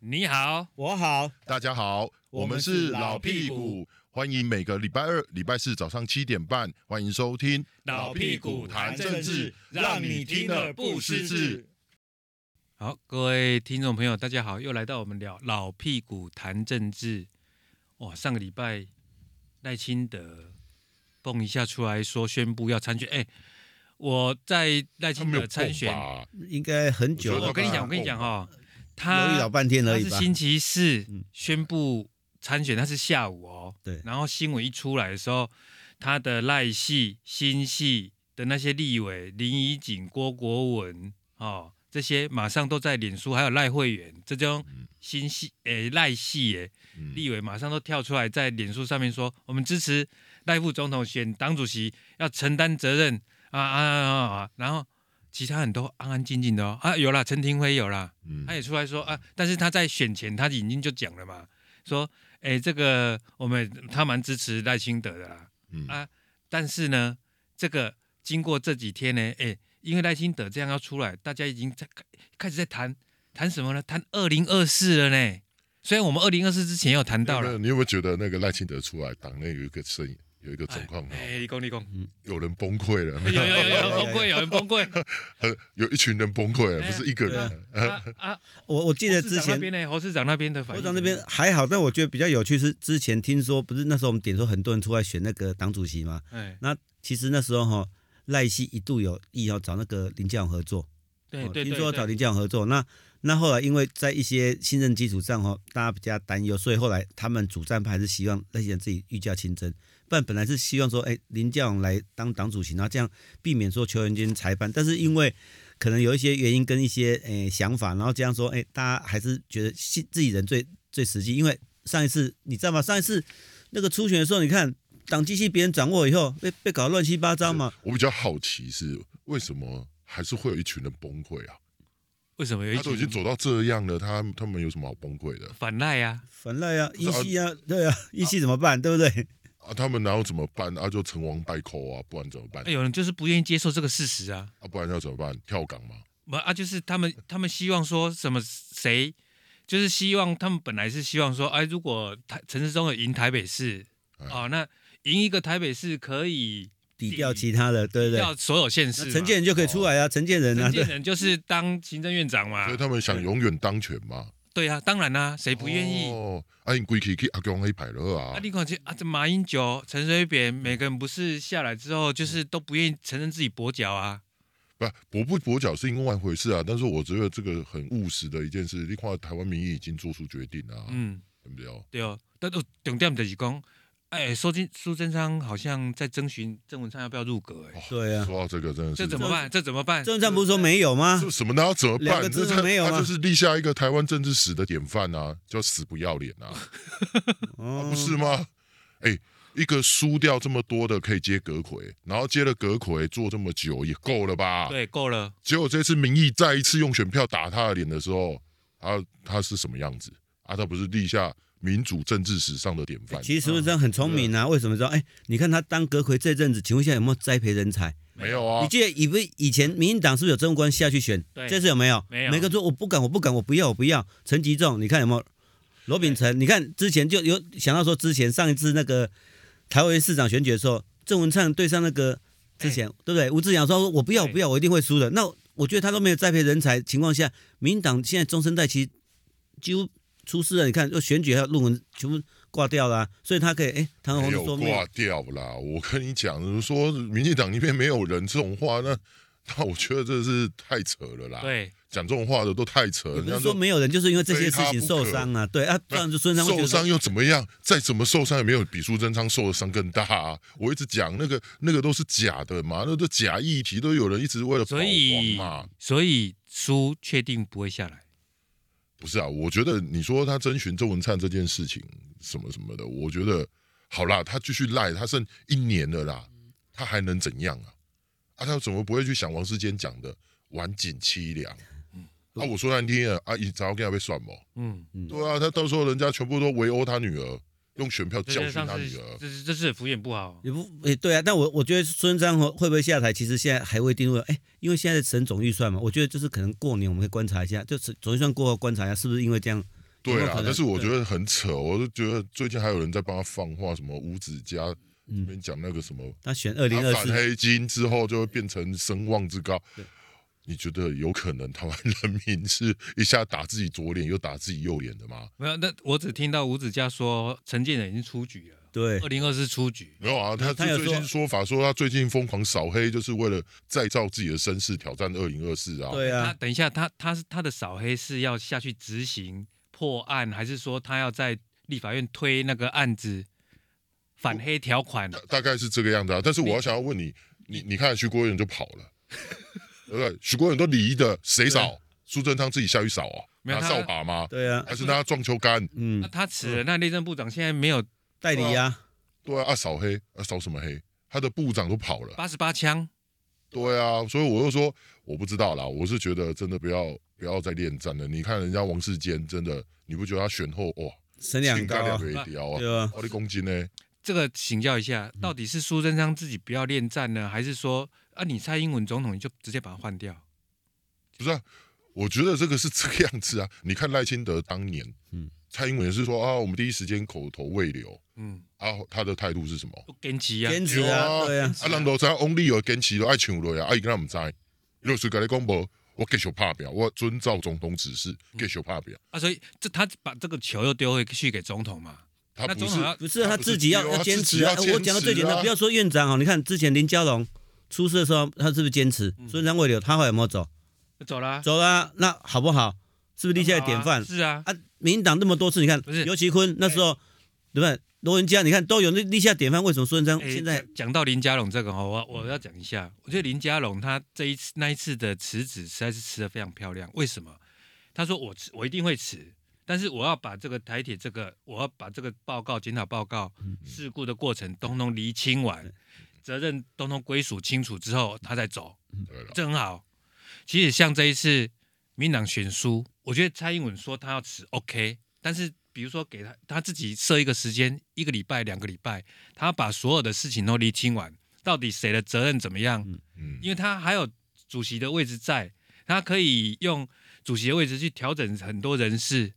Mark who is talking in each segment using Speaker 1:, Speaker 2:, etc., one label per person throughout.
Speaker 1: 你好，
Speaker 2: 我好，
Speaker 3: 大家好，
Speaker 2: 我
Speaker 3: 我
Speaker 2: 们
Speaker 3: 们
Speaker 2: 是
Speaker 3: 是
Speaker 2: 老
Speaker 3: 老
Speaker 2: 屁
Speaker 3: 屁
Speaker 2: 股
Speaker 3: 股，欢迎每个礼拜二、礼拜四早上七点半，欢迎收听
Speaker 1: 老屁股谈政治，
Speaker 3: 让你听了不失智。
Speaker 1: 好，各位听众朋友，大家好，又来到我们聊老屁股谈政治。哇，上个礼拜赖清德蹦一下出来说宣布要参选，哎，我在赖
Speaker 3: 他
Speaker 1: 清
Speaker 3: 没有
Speaker 1: 德参选，
Speaker 3: 空吧
Speaker 2: 应该很久
Speaker 3: 我
Speaker 2: 了
Speaker 3: 觉得
Speaker 1: 我
Speaker 2: 吧，
Speaker 1: 跟你讲，我跟你讲哈、哦，
Speaker 2: 犹豫
Speaker 1: 他
Speaker 2: 老半天而
Speaker 1: 他
Speaker 2: 已
Speaker 1: 是
Speaker 2: 吧。
Speaker 1: 星期四
Speaker 2: 嗯
Speaker 1: 宣布参选，他是下午哦。
Speaker 2: 对
Speaker 1: 然后新闻一出来的时候，他的赖系、新系的那些立委林怡景、郭国文哦，这些马上都在脸书，还有赖慧媛这种
Speaker 2: 嗯
Speaker 1: 新系诶赖系诶
Speaker 3: 嗯
Speaker 1: 立委马上都跳出来在脸书上面说，我们支持赖副总统选党主席，要承担责任啊啊啊啊啊！然后其他人都安安静静的哦啊，有啦，陈廷辉有啦，
Speaker 3: 嗯
Speaker 1: 他也出来说啊，但是他在选前他已经就讲了嘛，说哎、这个我们他蛮支持赖清德的啦，
Speaker 3: 嗯
Speaker 1: 啊但是呢，这个经过这几天呢，哎、因为赖清德这样要出来，大家已经在开开始在谈谈什么呢？谈二零二四了呢。虽然我们二零二四之前有谈到
Speaker 3: 那
Speaker 1: 了，
Speaker 3: 你有没有觉得那个赖清德出来，党内有一个声音，有一个状况哈，
Speaker 1: 哎，立功立功，
Speaker 3: 有人崩溃了，
Speaker 1: 有有有有人崩溃，有人崩溃
Speaker 3: 呃 有一群人崩溃了，
Speaker 1: 哎
Speaker 3: 不是一个人啊。
Speaker 1: 啊啊！
Speaker 2: 我我记
Speaker 1: 记
Speaker 2: 得之前
Speaker 1: 那边呢，侯市长那边的反
Speaker 2: 我
Speaker 1: 应，
Speaker 2: 长那边还好，但我觉得比较有趣是之前听说不是那时候我们点说很多人出来选那个党主席嘛，
Speaker 1: 哎，
Speaker 2: 那其实那时候哈赖希一度有意要找那个林佳龙合作，
Speaker 1: 对
Speaker 2: 哦
Speaker 1: 对对，
Speaker 2: 听说
Speaker 1: 对
Speaker 2: 找林佳龙合作，那那后来因为在一些信任基础上哈，大家比较担忧，哎所以后来他们主战派还是希望那些人自己御驾亲征，不然本来是希望说，哎，林佳龙来当党主席，然后这样避免说球员间裁判，但是因为可能有一些原因跟一些诶想法，然后这样说，哎，大家还是觉得信自己人最最实际，因为上一呃次你知道吗？上一次那个初选的时候，你看党机器别人掌握以后，被被搞得乱七八糟嘛，
Speaker 3: 我比较好奇是为什么还是会有一群人崩溃啊？
Speaker 1: 为什么有一
Speaker 3: 他都已经
Speaker 1: 群
Speaker 3: 走到这样了，他他们有什么好崩溃的
Speaker 1: 反赖啊？
Speaker 2: 反赖啊，
Speaker 3: 是
Speaker 2: 一
Speaker 3: 啊
Speaker 2: 系啊，对啊，一系怎么办，对不 对？
Speaker 3: 啊？他们然后怎么办啊？就成王败寇啊，不然怎么办
Speaker 1: 哎？有人就是不愿意接受这个事实啊。
Speaker 3: 啊，不然要怎么办？跳港吗？
Speaker 1: 不啊，就是他们他们希望说什么谁，就是希望他们本来是希望说，哎，如果台陈世忠有赢台北市，
Speaker 2: 嗯
Speaker 3: 哎
Speaker 1: 哦，那赢一个台北市可以
Speaker 2: 抵掉其他的，对不对？
Speaker 1: 要所有县市
Speaker 2: 那
Speaker 1: 嘛。
Speaker 2: 陈建仁就可以出来啊，陈建仁啊，
Speaker 1: 陈建
Speaker 2: 对，
Speaker 1: 仁就是当行政院长嘛
Speaker 3: 所以，他们想永远当权嘛？
Speaker 1: 对啊，当然啦、谁不愿意？
Speaker 3: 哦，啊，你归去去阿公黑排了
Speaker 1: 啊，
Speaker 3: 啊！
Speaker 1: 你看这啊，这马英九、陈水扁，每个人不是下来之后，就是都不愿意承认自己跛脚啊。
Speaker 3: 不跛不跛脚是另外一回事啊，但是我觉得这个很务实的一件事。你看台湾民意已经做出决定了、啊，
Speaker 1: 嗯，
Speaker 3: 对不对哦？
Speaker 1: 对哦。但都重点就是讲，哎，苏贞苏贞昌好像在征询郑文灿要不要入阁、哎、
Speaker 3: 哦
Speaker 2: 对啊。
Speaker 3: 说到这个真的是，
Speaker 1: 这怎么办？这怎么办？
Speaker 2: 郑文灿不啊是说没有吗
Speaker 3: 这？什么呢？要怎么
Speaker 2: 两
Speaker 3: 办？
Speaker 2: 个字
Speaker 3: 这他
Speaker 2: 没有啊吗
Speaker 3: 他就是立下一个台湾政治史的典范啊，叫死不要
Speaker 2: 嗯
Speaker 3: 脸啊，啊
Speaker 2: 哦
Speaker 3: 不是吗？哎。一个输掉这么多的可以接葛魁，然后接了葛魁做这么久也够了吧？
Speaker 1: 对，够了。
Speaker 3: 结果这次民意再一次用选票打他的脸的时候，他他是什么样子？啊，他不是立下民主政治史上的典范？
Speaker 2: 其实苏贞昌很聪明啊，为什么说？哎，你看他当阁魁这阵子，请问一下有没有栽培人才？
Speaker 3: 没有啊
Speaker 2: 你，记得以不以前民进党是不是有政务官下去选？
Speaker 1: 对
Speaker 2: 这次有没有？
Speaker 1: 没有
Speaker 2: 每个说我不敢，我不敢，我不要，我不要。陈吉仲，你看有没有？罗秉成，你看之前就有想到说，之前上一次那个台湾市长选举的时候，郑文灿对上那个之前、对不对？吴志阳说我不要，我
Speaker 1: 对
Speaker 2: 不要，我一定会输的。那我觉得他都没有栽培人才情况下，民进党现在中生代其实几乎出事了。你看，又选举还有论文全部挂掉了啊、所以他可以哎，唐
Speaker 3: 没
Speaker 2: 宏
Speaker 3: 有
Speaker 2: 说没有
Speaker 3: 挂掉啦。我跟你讲，说民进党里面没有人这种话，那那我觉得这是太扯了啦。，
Speaker 1: 对，
Speaker 3: 讲这种话的都太扯了。
Speaker 2: 也不是
Speaker 3: 人家
Speaker 2: 说
Speaker 3: 说
Speaker 2: 没有人，就是因为这些事情受伤啊，对啊，不然就孙山会觉
Speaker 3: 受
Speaker 2: 得
Speaker 3: 伤又怎么样？再怎么受伤也没有比苏贞昌受的伤更大、啊。我一直讲那个那个都是假的嘛，那都假议题，都有人一直为了曝
Speaker 1: 所
Speaker 3: 光
Speaker 1: 以
Speaker 3: 嘛。
Speaker 1: 所以书确定不会下来。
Speaker 3: 不是啊，我觉得你说他征询周文灿这件事情什么什么的，我觉得好啦，他继续赖，他剩一年了啦，他还能怎样啊？啊，他怎么不会去想王世坚讲的晚景凄凉？啊，我说难听点，啊，一早给他被算吗？
Speaker 1: 嗯，
Speaker 3: 对啊，他到时候人家全部都围殴他女儿，用选票
Speaker 1: 这
Speaker 3: 教训
Speaker 1: 上
Speaker 3: 他
Speaker 1: 次
Speaker 3: 女儿。
Speaker 1: 这是这是福演不好。
Speaker 2: 也不也对啊。但我我觉得孙山会会不会下台，其实现在还未定位。哎，因为现在的省总预算嘛，我觉得就是可能过年我们会观察一下，就是总预算过后观察一下，是不是因为这样
Speaker 3: 对
Speaker 2: 有没有
Speaker 3: 啦
Speaker 2: 可，能
Speaker 3: 但是我觉得很扯，我就觉得最近还有人在帮他放话，什么五指家里面讲那个什么，
Speaker 2: 他选二零
Speaker 3: 他
Speaker 2: 二
Speaker 3: 反
Speaker 2: 四，
Speaker 3: 黑金之后就会变成声望之高
Speaker 2: 对。
Speaker 3: 你觉得有可能台湾人民是一下打自己左脸又打自己右脸的吗？
Speaker 1: 没有，那我只听到吴子嘉说陈建仁已经出局了，
Speaker 2: 对
Speaker 1: 二零二四出局。
Speaker 3: 没有啊，他
Speaker 2: 他有
Speaker 3: 最
Speaker 2: 说
Speaker 3: 近说法说他最近疯狂扫黑，就是为了再造自己的身世，挑战二零二四啊。
Speaker 2: 对
Speaker 1: 他
Speaker 2: 啊，
Speaker 1: 等一下，他他是他的扫黑是要下去执行破案，还是说他要在立法院推那个案子反黑条款？
Speaker 3: 大大概是这个样子啊。但是我要想要问你，你你看徐国远就跑了，对不对？徐国远都离的，谁扫？苏贞昌自己下去扫啊，
Speaker 1: 没有
Speaker 3: 拿
Speaker 1: 他
Speaker 3: 扫把吗？
Speaker 2: 对啊，
Speaker 3: 还是拿撞球杆？
Speaker 1: 那
Speaker 2: 嗯，
Speaker 1: 他辞了，那内政部长现在没有
Speaker 2: 代理啊，
Speaker 3: 对啊，啊扫黑啊扫什么黑？他的部长都跑了，
Speaker 1: 八十八枪，
Speaker 3: 对啊，所以我就说我不知道啦，我是觉得真的不要不要再恋战了。你看人家王世坚，真的，你不觉得他选后哇，
Speaker 2: 省两
Speaker 3: 性
Speaker 2: 高
Speaker 3: 感
Speaker 2: 啊
Speaker 3: 两，个条啊，
Speaker 2: 对啊，
Speaker 3: 好几公斤呢？
Speaker 1: 这个请教一下，
Speaker 2: 嗯
Speaker 1: 到底是苏贞昌自己不要恋战呢，还是说啊你蔡英文总统你就直接把他换掉？
Speaker 3: 不是啊，我觉得这个是这个样子啊。你看赖清德当年，
Speaker 2: 嗯
Speaker 3: 嗯，蔡英文也是说啊，我们第一时间口头未留
Speaker 1: 嗯，
Speaker 3: 啊，他的态度是什么？
Speaker 1: 不跟急啊，
Speaker 2: 兼职
Speaker 3: 有
Speaker 2: 啊，
Speaker 3: 啊
Speaker 2: 对啊，
Speaker 3: 啊，人都知道 only 有坚持都爱抢落啊，啊，伊敢毋知，律师甲你讲无，我继续拍拼，我遵照总统指示继续拍拼。
Speaker 1: 啊，所以这他把这个球又丢回去给总统嘛？
Speaker 3: 他
Speaker 1: 那
Speaker 3: 不
Speaker 1: 总
Speaker 3: 是
Speaker 1: 统要
Speaker 2: 不是啊他
Speaker 3: 他
Speaker 2: 自己要
Speaker 3: 不是
Speaker 2: 要
Speaker 3: 自己
Speaker 2: 坚持啊。
Speaker 3: 要坚持啊
Speaker 2: 我讲到最简单，不要说院长哦，你看之前林佳龙出事的时候，他是不是坚持？孙张未留，他后来有没有走？
Speaker 1: 走啦，
Speaker 2: 走啦、那好不好？是不是立下来典范？
Speaker 1: 是啊，
Speaker 2: 啊，民进党那么多次，你看
Speaker 1: 不是哎
Speaker 2: 尤其坤那时候，对不对？罗文佳，你看都有立立下典范，为什么孙中山
Speaker 1: 诶
Speaker 2: 现在
Speaker 1: 讲讲到林佳龙这个哦，我我要讲一下，我觉得林佳龙他这一次那一次的辞职实在是辞的非常漂亮。为什么？他说我辞我一定会辞，但是我要把这个台铁这个，我要把这个报告检讨报告
Speaker 2: 嗯
Speaker 1: 事故的过程通通厘清完，责任通通归属清楚之后，他再走，
Speaker 3: 对了，
Speaker 1: 这很好。其实像这一次民进党选书，我觉得蔡英文说他要辞 OK，但是比如说给他他自己设一个时间，一个礼拜、两个礼拜，他把所有的事情都厘清完，到底谁的责任怎么样？
Speaker 3: 嗯，
Speaker 1: 因为他还有主席的位置在，他可以用主席的位置去调整很多人事。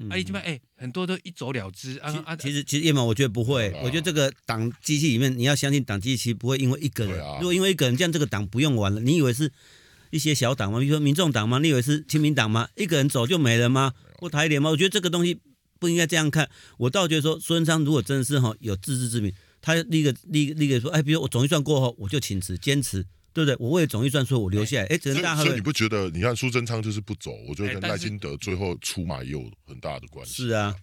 Speaker 2: 嗯
Speaker 1: 啊，一基本哎，很多都一走了之啊
Speaker 2: 其
Speaker 1: 啊！
Speaker 2: 其实其实叶某，我觉得不会
Speaker 3: 对，啊
Speaker 2: 我觉得这个党机器里面，你要相信党机器不会因为一个人
Speaker 3: 对，啊
Speaker 2: 如果因为一个人，这样这个党不用玩了。你以为是一些小党吗？比如说民众党吗？你以为是亲民党吗？一个人走就没了吗？或台联吗？我觉得这个东西不应该这样看。我倒觉得说，孙中山如果真的是哈有自知之明，他立个立立个说，哎，比如我总预算过后，我就请辞坚持，对不对？我为了总预算说我留下来，哎，只
Speaker 3: 所
Speaker 2: 能
Speaker 3: 以
Speaker 2: 大家
Speaker 3: 所
Speaker 2: 会
Speaker 3: 以你不觉得？你看苏贞昌就是不走，我觉
Speaker 1: 哎
Speaker 3: 得跟
Speaker 1: 但
Speaker 3: 赖
Speaker 1: 是
Speaker 3: 清德最后出马也有很大的关系。
Speaker 2: 是啊，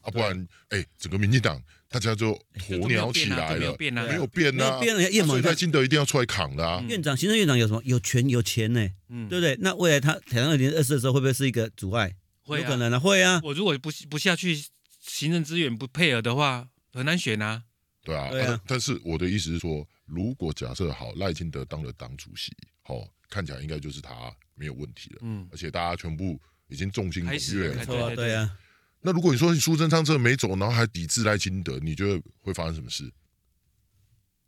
Speaker 3: 啊，不然哎，整个民进党大家就
Speaker 1: 这
Speaker 3: 鸵
Speaker 1: 都没有
Speaker 3: 鸟起
Speaker 1: 变啊
Speaker 3: 来
Speaker 1: 都没有
Speaker 3: 了，
Speaker 1: 变啊
Speaker 3: 没有变
Speaker 2: 没有
Speaker 3: 啊，
Speaker 2: 变了叶
Speaker 3: 啊
Speaker 2: 某
Speaker 3: 所以
Speaker 2: 你看
Speaker 3: 赖清德一定要出来扛的啊
Speaker 1: 嗯。
Speaker 2: 院长行政院长有什么有权有钱呢、
Speaker 1: 嗯
Speaker 2: 对不对？那未来他挑战二零二四的时候，会不会是一个阻碍？
Speaker 1: 会
Speaker 2: 有可
Speaker 1: 啊，
Speaker 2: 能啊，会啊，
Speaker 1: 我如果不不下去，行政资源不配合的话，很难选啊。
Speaker 3: 对啊，
Speaker 2: 对啊
Speaker 3: 但但是我的意思是说，如果假设好赖清德当了党主席，好、看起来应该就是他没有问题了，
Speaker 1: 嗯，
Speaker 3: 而且大家全部已经众星
Speaker 1: 开
Speaker 3: 拱
Speaker 1: 始
Speaker 3: 月
Speaker 1: 了
Speaker 2: 没
Speaker 1: 开
Speaker 3: 了。
Speaker 1: 始
Speaker 2: 错啊，
Speaker 1: 对对
Speaker 2: 对啊，
Speaker 3: 那如果你说苏贞昌这没走，然后还抵制赖清德，你觉得会发生什么事？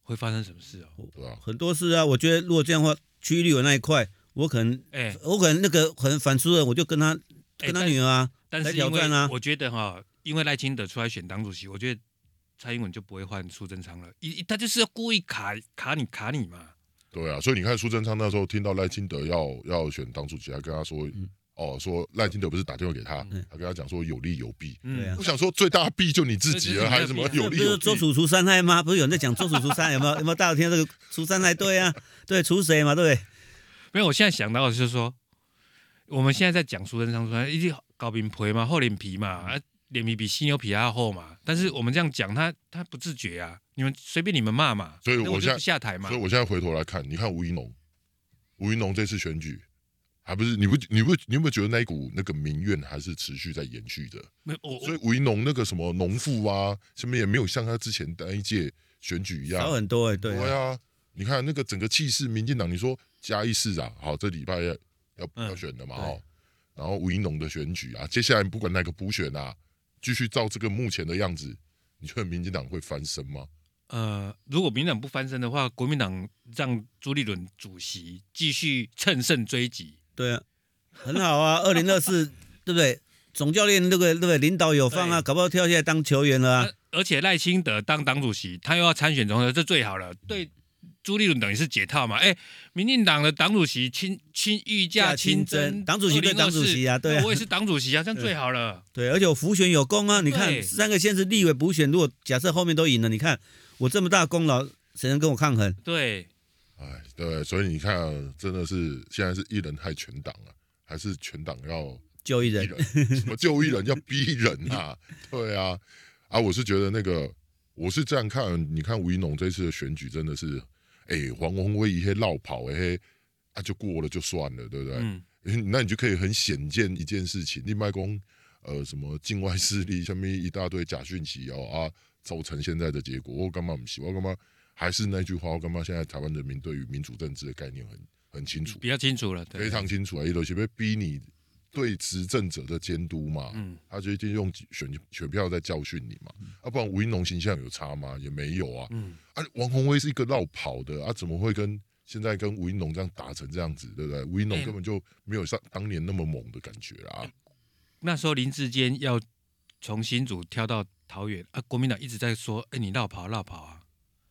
Speaker 1: 会发生什么事哦？
Speaker 3: 对吧、
Speaker 2: 很多事啊。我觉得如果这样的话，区域立委那一块，我可能，
Speaker 1: 哎，
Speaker 2: 我可能那个很反苏的，我就跟他
Speaker 1: 哎
Speaker 2: 跟他女儿啊，
Speaker 1: 但
Speaker 2: 来
Speaker 1: 是
Speaker 2: 挑
Speaker 1: 因为
Speaker 2: 战啊
Speaker 1: 我觉得哈，因为赖清德出来选党主席，我觉得蔡英文就不会换苏贞昌了，一一他就是要故意卡卡你卡你嘛。
Speaker 3: 对啊，所以你看苏贞昌那时候听到赖清德要要选党主席，还跟他说，
Speaker 1: 嗯
Speaker 3: 哦，说赖清德不是打电话给他，
Speaker 2: 嗯
Speaker 3: 还跟他讲说有利有弊。
Speaker 1: 嗯
Speaker 2: 对啊
Speaker 3: 我想说最大弊就你自己
Speaker 1: 对就是
Speaker 3: 了，
Speaker 1: 你
Speaker 3: 还
Speaker 1: 的
Speaker 3: 有什么
Speaker 1: 弊啊
Speaker 3: 有
Speaker 2: 不
Speaker 3: 利
Speaker 2: 是
Speaker 3: 有弊
Speaker 2: 周？楚除三害吗？不是有人 在讲周楚除三害，有没有？有没有？大家听到这个除三害，对啊，对，除谁嘛，对不对？
Speaker 1: 没有，我现在想到的是说，我们现在在讲苏贞昌说，一定高饼皮嘛，厚脸皮嘛，啊，脸皮比犀牛皮还要厚嘛。但是我们这样讲他，他不自觉啊，你们随便你们骂嘛，
Speaker 3: 所以
Speaker 1: 那我
Speaker 3: 我现
Speaker 1: 就
Speaker 3: 在
Speaker 1: 不下台嘛
Speaker 3: 所以。我现在回头来看，你看吴怡农，吴怡农这次选举，还不是你不你不你有没有觉得那一股那个民怨还是持续在延续着？
Speaker 1: 没有我
Speaker 3: 所
Speaker 1: 我
Speaker 3: 以吴怡农那个什么农妇啊，什么也没有像他之前那一届选举一样
Speaker 2: 少，很多哎，对啊，
Speaker 3: 啊。你看那个整个气势，民进党，你说嘉义市长好，这礼拜要要
Speaker 1: 嗯
Speaker 3: 要选的嘛
Speaker 1: 对
Speaker 3: 哦，然后吴怡农的选举啊，接下来不管哪个补选啊，继续照这个目前的样子，你觉得民进党会翻身吗？
Speaker 1: 呃，如果民进党不翻身的话，国民党让朱立伦主席继续乘胜追击，
Speaker 2: 对啊，很好啊，二零二四，对不对？总教练那个那个领导有放啊，
Speaker 1: 对
Speaker 2: 搞不好跳下来当球员了啊。
Speaker 1: 而而且赖清德当党主席，他又要参选总统，这最好了。对朱立伦等于是解套嘛。哎，民进党的党主席亲亲御驾亲
Speaker 2: 驾亲
Speaker 1: 征，
Speaker 2: 征党主席对党主席啊
Speaker 1: 2024
Speaker 2: 对啊
Speaker 1: 那我也是党主席啊，这样最好了。
Speaker 2: 对，而且我补选有功啊！你
Speaker 1: 对
Speaker 2: 看三个县市立委补选，如果假设后面都赢了，你看我这么大功劳，谁能跟我抗衡？
Speaker 1: 对，
Speaker 3: 哎，对，所以你看、啊，真的是现在是一人害全党啊，还是全党要
Speaker 2: 就一
Speaker 3: 逼
Speaker 2: 人，
Speaker 3: 人？ 什么就一人要逼人啊？对啊，啊，我是觉得那个，我是这样看，你看吴一农这次的选举真的是，哎，黄宏威一些绕跑一些，啊就过了就算了，对不对？
Speaker 1: 嗯，
Speaker 3: 那你就可以很显见一件事情，你卖公呃什么境外势力下面一大堆假讯息哦啊，造成现在的结果。我干嘛不喜欢？我干嘛还是那句话？我干嘛现在台湾人民对于民主政治的概念很很清楚，
Speaker 1: 比较清楚了。对
Speaker 3: 非，常清楚啊，一头是被逼你对执政者的监督嘛，
Speaker 1: 嗯
Speaker 3: 他就一定用选选票在教训你嘛，啊，不然吴一农形象有差吗？也没有啊，
Speaker 1: 嗯，
Speaker 3: 啊，王宏威是一个绕跑的啊，怎么会跟现在跟吴一农这样打成这样子，对不对？吴一农
Speaker 1: 哎
Speaker 3: 根本就没有像当年那么猛的感觉啦。
Speaker 1: 那时候林志坚要从新竹跳到桃园啊，国民党一直在说，哎，你绕跑绕跑啊。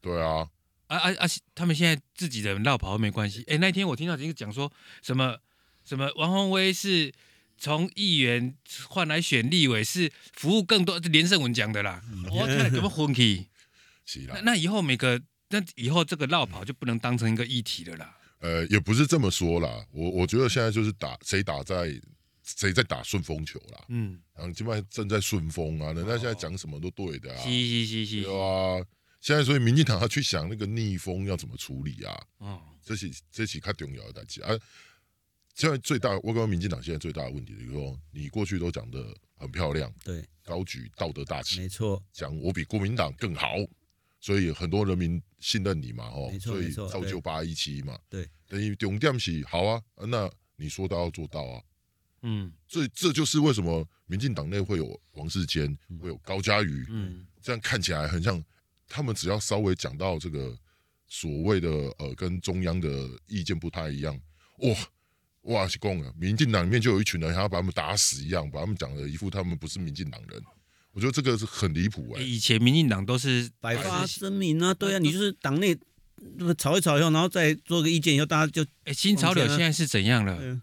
Speaker 3: 对啊，
Speaker 1: 啊啊啊！他们现在自己的绕跑没关系。哎，那天我听到一个讲说什么什么王宏威是从议员换来选立委，是服务更多，这连胜文讲的啦。
Speaker 2: 嗯
Speaker 1: 我天哪，怎么混 去？
Speaker 3: 是啦
Speaker 1: 那，那以后每个那以后这个绕跑就不能当成一个议题了啦。
Speaker 3: 呃，也不是这么说啦，我我觉得现在就是打谁打在谁在打顺风球啦，
Speaker 1: 嗯，
Speaker 3: 然后基本上正在顺风啊，人家现在讲什么都对的啊，
Speaker 1: 嘻嘻嘻
Speaker 3: 对
Speaker 1: 嘻。
Speaker 3: 啊。现在所以民进党要去想那个逆风要怎么处理啊，
Speaker 1: 哦，
Speaker 3: 这是这是较重要的代志啊。现在最大，我跟民进党现在最大的问题就是说，你过去都讲的很漂亮，
Speaker 2: 对，
Speaker 3: 高举道德大旗，
Speaker 2: 没错，
Speaker 3: 讲我比国民党更好，所以很多人民信任你嘛，哦，
Speaker 2: 没错
Speaker 3: 所以
Speaker 2: 没错
Speaker 3: 造就八一七嘛，
Speaker 2: 对，
Speaker 3: 等于重点是好啊，啊那你说到要做到啊，
Speaker 1: 嗯
Speaker 3: 所以这就是为什么民进党内会有王世坚，会有高嘉瑜，
Speaker 1: 嗯
Speaker 3: 这样看起来很像他们只要稍微讲到这个所谓的呃跟中央的意见不太一样，哇哇是共啊，民进党里面就有一群人，还要把他们打死一样，把他们讲的一副他们不是民进党人，我觉得这个是很离谱
Speaker 1: 哎
Speaker 3: 哎、
Speaker 1: 以前民进党都是
Speaker 2: 百花
Speaker 1: 哎
Speaker 2: 争鸣啊，对
Speaker 1: 那
Speaker 2: 啊，你就是党内呃吵一吵以后，然后再做个意见以后，大家就
Speaker 1: 哎新潮流现在是怎样了？
Speaker 2: 嗯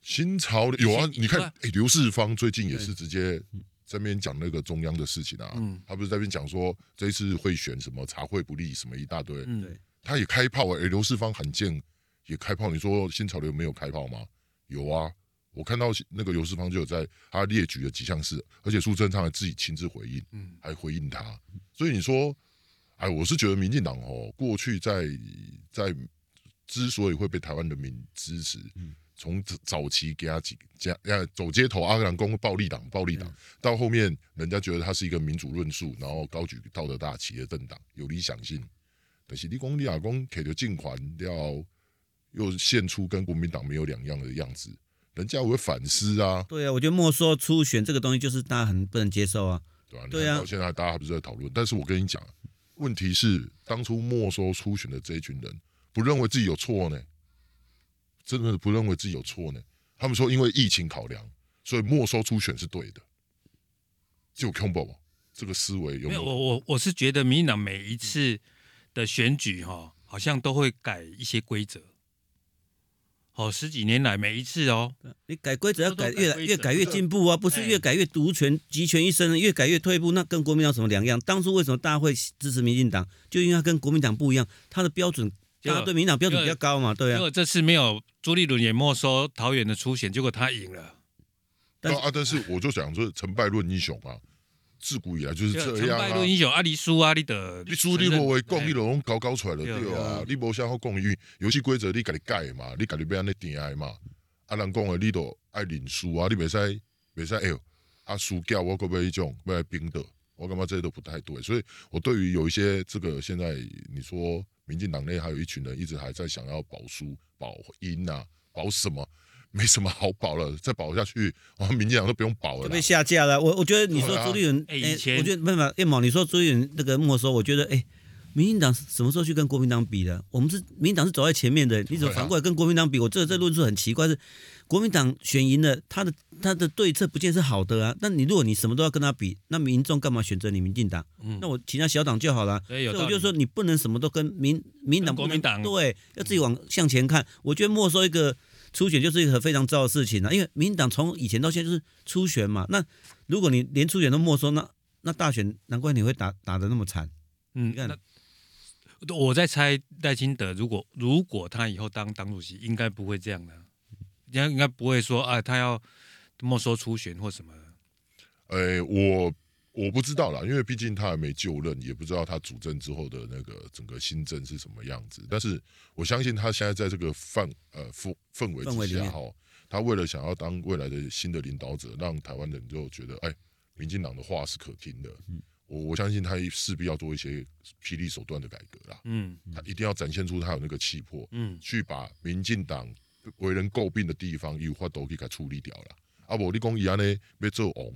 Speaker 3: 新潮流有啊，
Speaker 1: 以前
Speaker 3: 你看
Speaker 1: 对啊
Speaker 3: 哎刘世芳最近也是直接在那边讲那个中央的事情啊，
Speaker 1: 嗯
Speaker 3: 他不是在那边讲说这一次会选什么茶会不利什么一大堆，
Speaker 1: 嗯
Speaker 2: 对，
Speaker 3: 他也开炮哎、欸，刘世芳罕见也开炮。你说新潮流没有开炮吗？有啊，我看到新那个刘世芳就有在他列举了几项事，而且苏贞昌还自己亲自回应，
Speaker 1: 嗯
Speaker 3: 还回应他。所以你说，哎，我是觉得民进党哦，过去在在之所以会被台湾人民支持，从早早期给他几加呃走街头阿兰公暴力党暴力党，到后面人家觉得他是一个民主论述，然后高举道德大旗的政党，有理想性。但是你讲你阿公给着进款了，又现出跟国民党没有两样的样子，人家也会反思啊，
Speaker 2: 对啊，我觉得没收初选这个东西就是大家很不能接受啊，
Speaker 3: 对吧、你
Speaker 2: 对
Speaker 3: 看
Speaker 2: 啊
Speaker 3: 到现在大家还不是在讨论，但是我跟你讲，问题是当初没收初选的这一群人，不认为自己有错呢，真的不认为自己有错呢。他们说因为疫情考量，所以没收初选是对的，就 combo 这个思维
Speaker 1: 没
Speaker 3: 有没
Speaker 1: 有，
Speaker 3: 有？
Speaker 1: 我我我是觉得民进党每一次的选举哈、好像都会改一些规则。哦，十几年来每一次哦，
Speaker 2: 你改规则要改
Speaker 1: 都改
Speaker 2: 越来
Speaker 1: 规则
Speaker 2: 越改越进步啊，不是
Speaker 1: 哎
Speaker 2: 越改越独权集权一生，越改越退步，那跟国民党有什么两样？当初为什么大家会支持民进党，就因为他跟国民党不一样，他的标准，
Speaker 1: 结果
Speaker 2: 大家对民进党标准
Speaker 1: 结
Speaker 2: 比
Speaker 1: 果
Speaker 2: 较高嘛，对
Speaker 1: 结
Speaker 2: 啊，
Speaker 1: 果这次没有朱立伦也没收桃园的初选，结果他赢了，
Speaker 2: 但是
Speaker 3: 啊，但是我就想说，成败论英雄啊，自古以来就是
Speaker 1: 就
Speaker 3: 这
Speaker 1: 成
Speaker 3: 样
Speaker 1: 败论
Speaker 3: 啊。
Speaker 1: 英雄，阿里输啊，你的
Speaker 3: 你输你无话讲，你
Speaker 1: 了，
Speaker 3: 就拢搞搞出来了
Speaker 1: 对啊
Speaker 3: 对啊
Speaker 2: 对啊！
Speaker 3: 你无啥好讲，因为游戏规则你家己改的嘛，你家己要安尼定的嘛。啊，人讲的你都爱认输啊，你袂使袂使哎呦，啊输掉我可不要迄种要来冰的，我感觉这都不太对。所以我对于有一些这个现在你说民进党内还有一群人一直还在想要保输保赢啊，保什么？没什么好保了，再保下去，我们民进党都不用保了
Speaker 2: 就
Speaker 3: 啦
Speaker 2: 被。下架了。我我觉得你说
Speaker 3: 对啊
Speaker 2: 朱立 伦，
Speaker 1: 哎以前
Speaker 2: 我觉得没办法，叶某，你说朱立伦那个没收，我觉得哎，民进党什么时候去跟国民党比的？我们是民进党是走在前面
Speaker 1: 啊
Speaker 2: 的，你怎么反过来跟国民党比？我这这论述很奇怪，是国民党选赢了，他的他的对策不见得是好的啊。那你如果你什么都要跟他比，那民众干嘛选择你民进党？
Speaker 1: 嗯
Speaker 2: 那我其他小党就好了。
Speaker 1: 所以有
Speaker 2: 所以
Speaker 1: 道
Speaker 2: 我
Speaker 1: 理。
Speaker 2: 就说，你不能什么都跟民民党
Speaker 1: 跟国
Speaker 2: 不能
Speaker 1: 民党
Speaker 2: 对，要自己往向前看。我觉得没收一个初选就是一个非常糟的事情啊，因为民党从以前到现在就是初选嘛。那如果你连初选都没收，那那大选难怪你会打打得那么惨。
Speaker 1: 嗯，
Speaker 2: 你看
Speaker 1: 那我在猜赖清德，如果如果他以后当党主席，应该不会这样的、应该应该不会说啊，他要没收初选或什么的。
Speaker 3: 哎，我我不知道啦，因为毕竟他还没就任，也不知道他主政之后的那个整个新政是什么样子。但是我相信他现在在这个范呃氛氛围
Speaker 2: 氛围
Speaker 3: 之
Speaker 2: 里
Speaker 3: 下
Speaker 2: 面
Speaker 3: 哈，齁他为了想要当未来的新的领导者，让台湾人就觉得哎，民进党的话是可听的。
Speaker 2: 嗯
Speaker 3: 我我相信他势必要做一些霹雳手段的改革啦，
Speaker 1: 嗯
Speaker 3: 他一定要展现出他有那个气魄。
Speaker 1: 嗯，
Speaker 3: 去把民进党为人诟病的地方，有法度去给它处理掉了。啊，无你讲伊安尼要做王，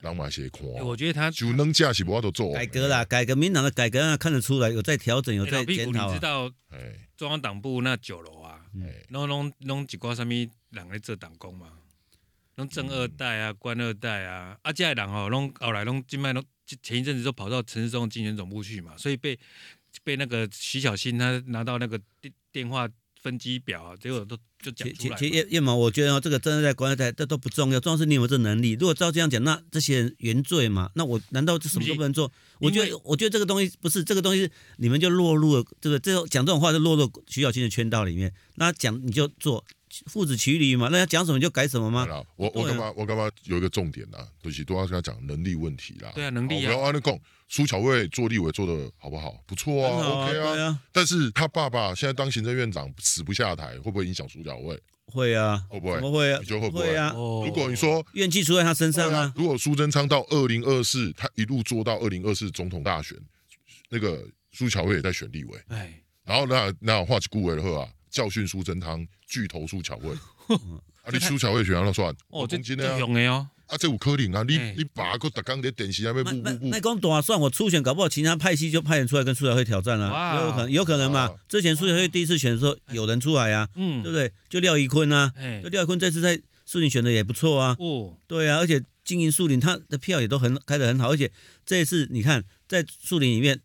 Speaker 3: 人嘛是会看
Speaker 1: 欸。我觉得他
Speaker 3: 就能驾是无法度做王。
Speaker 2: 改革啦，，改革民党的改革让他看得出来，有在调整，有
Speaker 1: 欸老
Speaker 2: 在
Speaker 1: 屁股，
Speaker 2: 检
Speaker 1: 你
Speaker 2: 讨、
Speaker 1: 知
Speaker 2: 啊。
Speaker 1: 道
Speaker 3: 哎
Speaker 1: 中央党部那九楼啊，
Speaker 3: 哎，
Speaker 1: 拢拢拢一寡啥物人咧做党工嘛，拢正二代
Speaker 2: 嗯
Speaker 1: 啊、官二代啊，啊，这些人吼、拢后来拢今麦拢前一阵子都跑到陈世忠竞选总部去嘛，所以被被那个徐小新他拿到那个电电话分机表、啊，结果都就讲
Speaker 2: 其
Speaker 1: 出
Speaker 2: 其
Speaker 1: 来
Speaker 2: 其
Speaker 1: 嘛。
Speaker 2: 叶叶毛，我觉得哦这个真的在国外在这都不重要，重要是你有没有这能力。如果照这样讲，那这些人原罪嘛，那我难道这什么都不能做？
Speaker 1: 不
Speaker 2: 我
Speaker 1: 是
Speaker 2: 觉
Speaker 1: 因
Speaker 2: 得我觉得这个东西不是这个东西，你们就落入了这个这种讲这种话就落入徐小清的圈套里面。那讲你就做，父子骑驴嘛，那他讲什么你就改什么
Speaker 3: 对
Speaker 2: 嘛。
Speaker 3: 啦，我我
Speaker 2: 对啊
Speaker 3: 干嘛我干嘛有一个重点啦，就是都要跟他讲能力问题啦。
Speaker 1: 对啊能力啊
Speaker 3: 好不要按那讲，苏巧慧做立委做的好不好？不错
Speaker 2: 很好
Speaker 3: 啊，OK
Speaker 2: 对
Speaker 3: 啊。
Speaker 2: 啊，
Speaker 3: 但是他爸爸现在当行政院长死不下台，会不会影响苏巧慧？
Speaker 2: 会啊，
Speaker 3: 哦会不会
Speaker 2: 怎么会啊？
Speaker 3: 你觉得会不会
Speaker 2: 会啊？
Speaker 1: 哦
Speaker 3: 如果你说
Speaker 2: 怨气出在他身上
Speaker 3: 对
Speaker 2: 啊。
Speaker 3: 如果苏贞昌到二零二四，他一路做到二零二四总统大选，那个苏乔慧也在选立委，
Speaker 1: 哎，
Speaker 3: 然后那那话起顾维赫啊，教训苏贞昌拒投 苏乔慧，啊你苏乔慧选了算，
Speaker 1: 哦，这
Speaker 3: 今
Speaker 1: 这
Speaker 3: 天啊
Speaker 1: 用的哦，
Speaker 3: 啊这有可能啊，你
Speaker 1: 哎
Speaker 3: 你把个大纲在电
Speaker 1: 嗯
Speaker 3: 视上面
Speaker 2: 那
Speaker 3: 不
Speaker 2: 那
Speaker 3: 不不
Speaker 2: 那，光短算我初选，搞不好其他派系就派人出来跟苏小慧挑战了、
Speaker 1: 哇哦哎
Speaker 2: 有可能有可能嘛
Speaker 3: 哇？
Speaker 2: 之前苏小慧第一次选的时候，有人出来啊，对
Speaker 1: 嗯，
Speaker 2: 不对？就廖一坤啊，
Speaker 1: 哎
Speaker 2: 就，廖一坤这次在树林选的也不错啊，
Speaker 1: 哦，
Speaker 2: 对啊，而且经营树林他的票也都很开得很好，而且这一次你看在树林里面，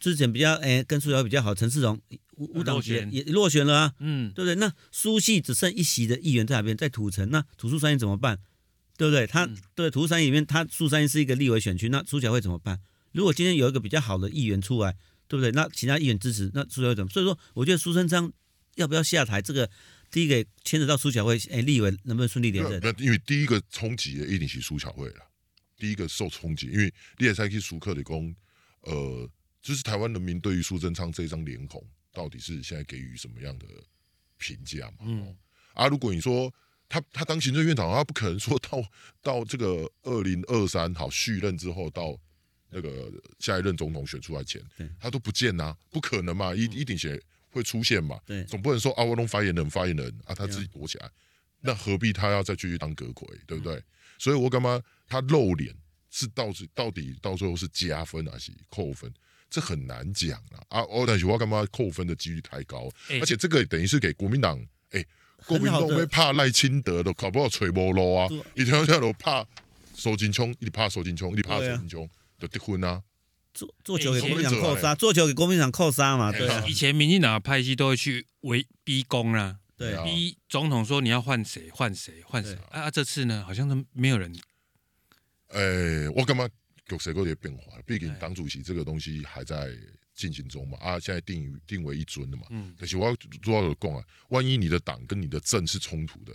Speaker 2: 之前比较哎跟苏小慧比较好，陈世荣无无党籍
Speaker 1: 落选
Speaker 2: 也也落选了啊，
Speaker 1: 嗯，
Speaker 2: 对不对？那苏系只剩一席的议员在哪边，在土城，那土树山怎么办？对不对？他、
Speaker 1: 嗯
Speaker 2: 对土树山里面，他树山是一个立委选区，那苏小慧怎么办？如果今天有一个比较好的议员出来，对不对？那其他议员支持，那苏小慧怎么？所以说，我觉得苏贞昌要不要下台，这个第一个牵扯到苏小慧，哎，立委能不能顺利连任？
Speaker 3: 那因为第一个冲击的一定是苏巧慧了，第一个受冲击，因为你也在去苏克的公，呃，就是台湾人民对于苏贞昌这张脸孔到底是现在给予什么样的评价嘛？
Speaker 1: 嗯，
Speaker 3: 啊，如果你说他他当行政院长，他不可能说到到这个二零二三好续任之后到那个下一任总统选出来前
Speaker 2: 对，嗯
Speaker 3: 他都不见呐、不可能嘛，一一定写会出现嘛，
Speaker 2: 对
Speaker 3: 总不能说啊，我弄发言人发言人啊，他自己
Speaker 2: 对
Speaker 3: 躲起来，那何必他要再继续当阁魁，对不对？
Speaker 2: 嗯
Speaker 3: 所以我干嘛他露脸是到是到底到最后是加分还是扣分？这很难讲啊！啊，我但是我干嘛扣分的几率太高，
Speaker 1: 哎
Speaker 3: 而且这个等于是给国民党，哎、国民党
Speaker 2: 很好的
Speaker 3: 会怕赖清德的，搞不好吹波路啊
Speaker 2: 对！
Speaker 3: 一条条都怕收金冲，一直怕收金冲，一直怕收
Speaker 2: 对啊
Speaker 3: 金冲，就结婚啊！
Speaker 2: 做做球给
Speaker 1: 哎
Speaker 2: 国民党
Speaker 3: 以前
Speaker 2: 扣杀，做球给国民党扣杀嘛？
Speaker 3: 哎
Speaker 2: 对啊
Speaker 3: 是
Speaker 1: 以前民进党的派系都会去围逼宫啦、
Speaker 2: 对
Speaker 3: 啊
Speaker 2: 啊，
Speaker 1: 逼总统说你要换谁换谁换谁
Speaker 2: 对
Speaker 1: 啊！啊这次呢，好像都没有人
Speaker 3: 哎、我干嘛有谁有点变化？毕竟
Speaker 1: 哎
Speaker 3: 党主席这个东西还在进行中嘛，啊，现在定定为一尊了嘛。
Speaker 1: 嗯
Speaker 3: 可是我要做到有共啊，万一你的党跟你的政是冲突的，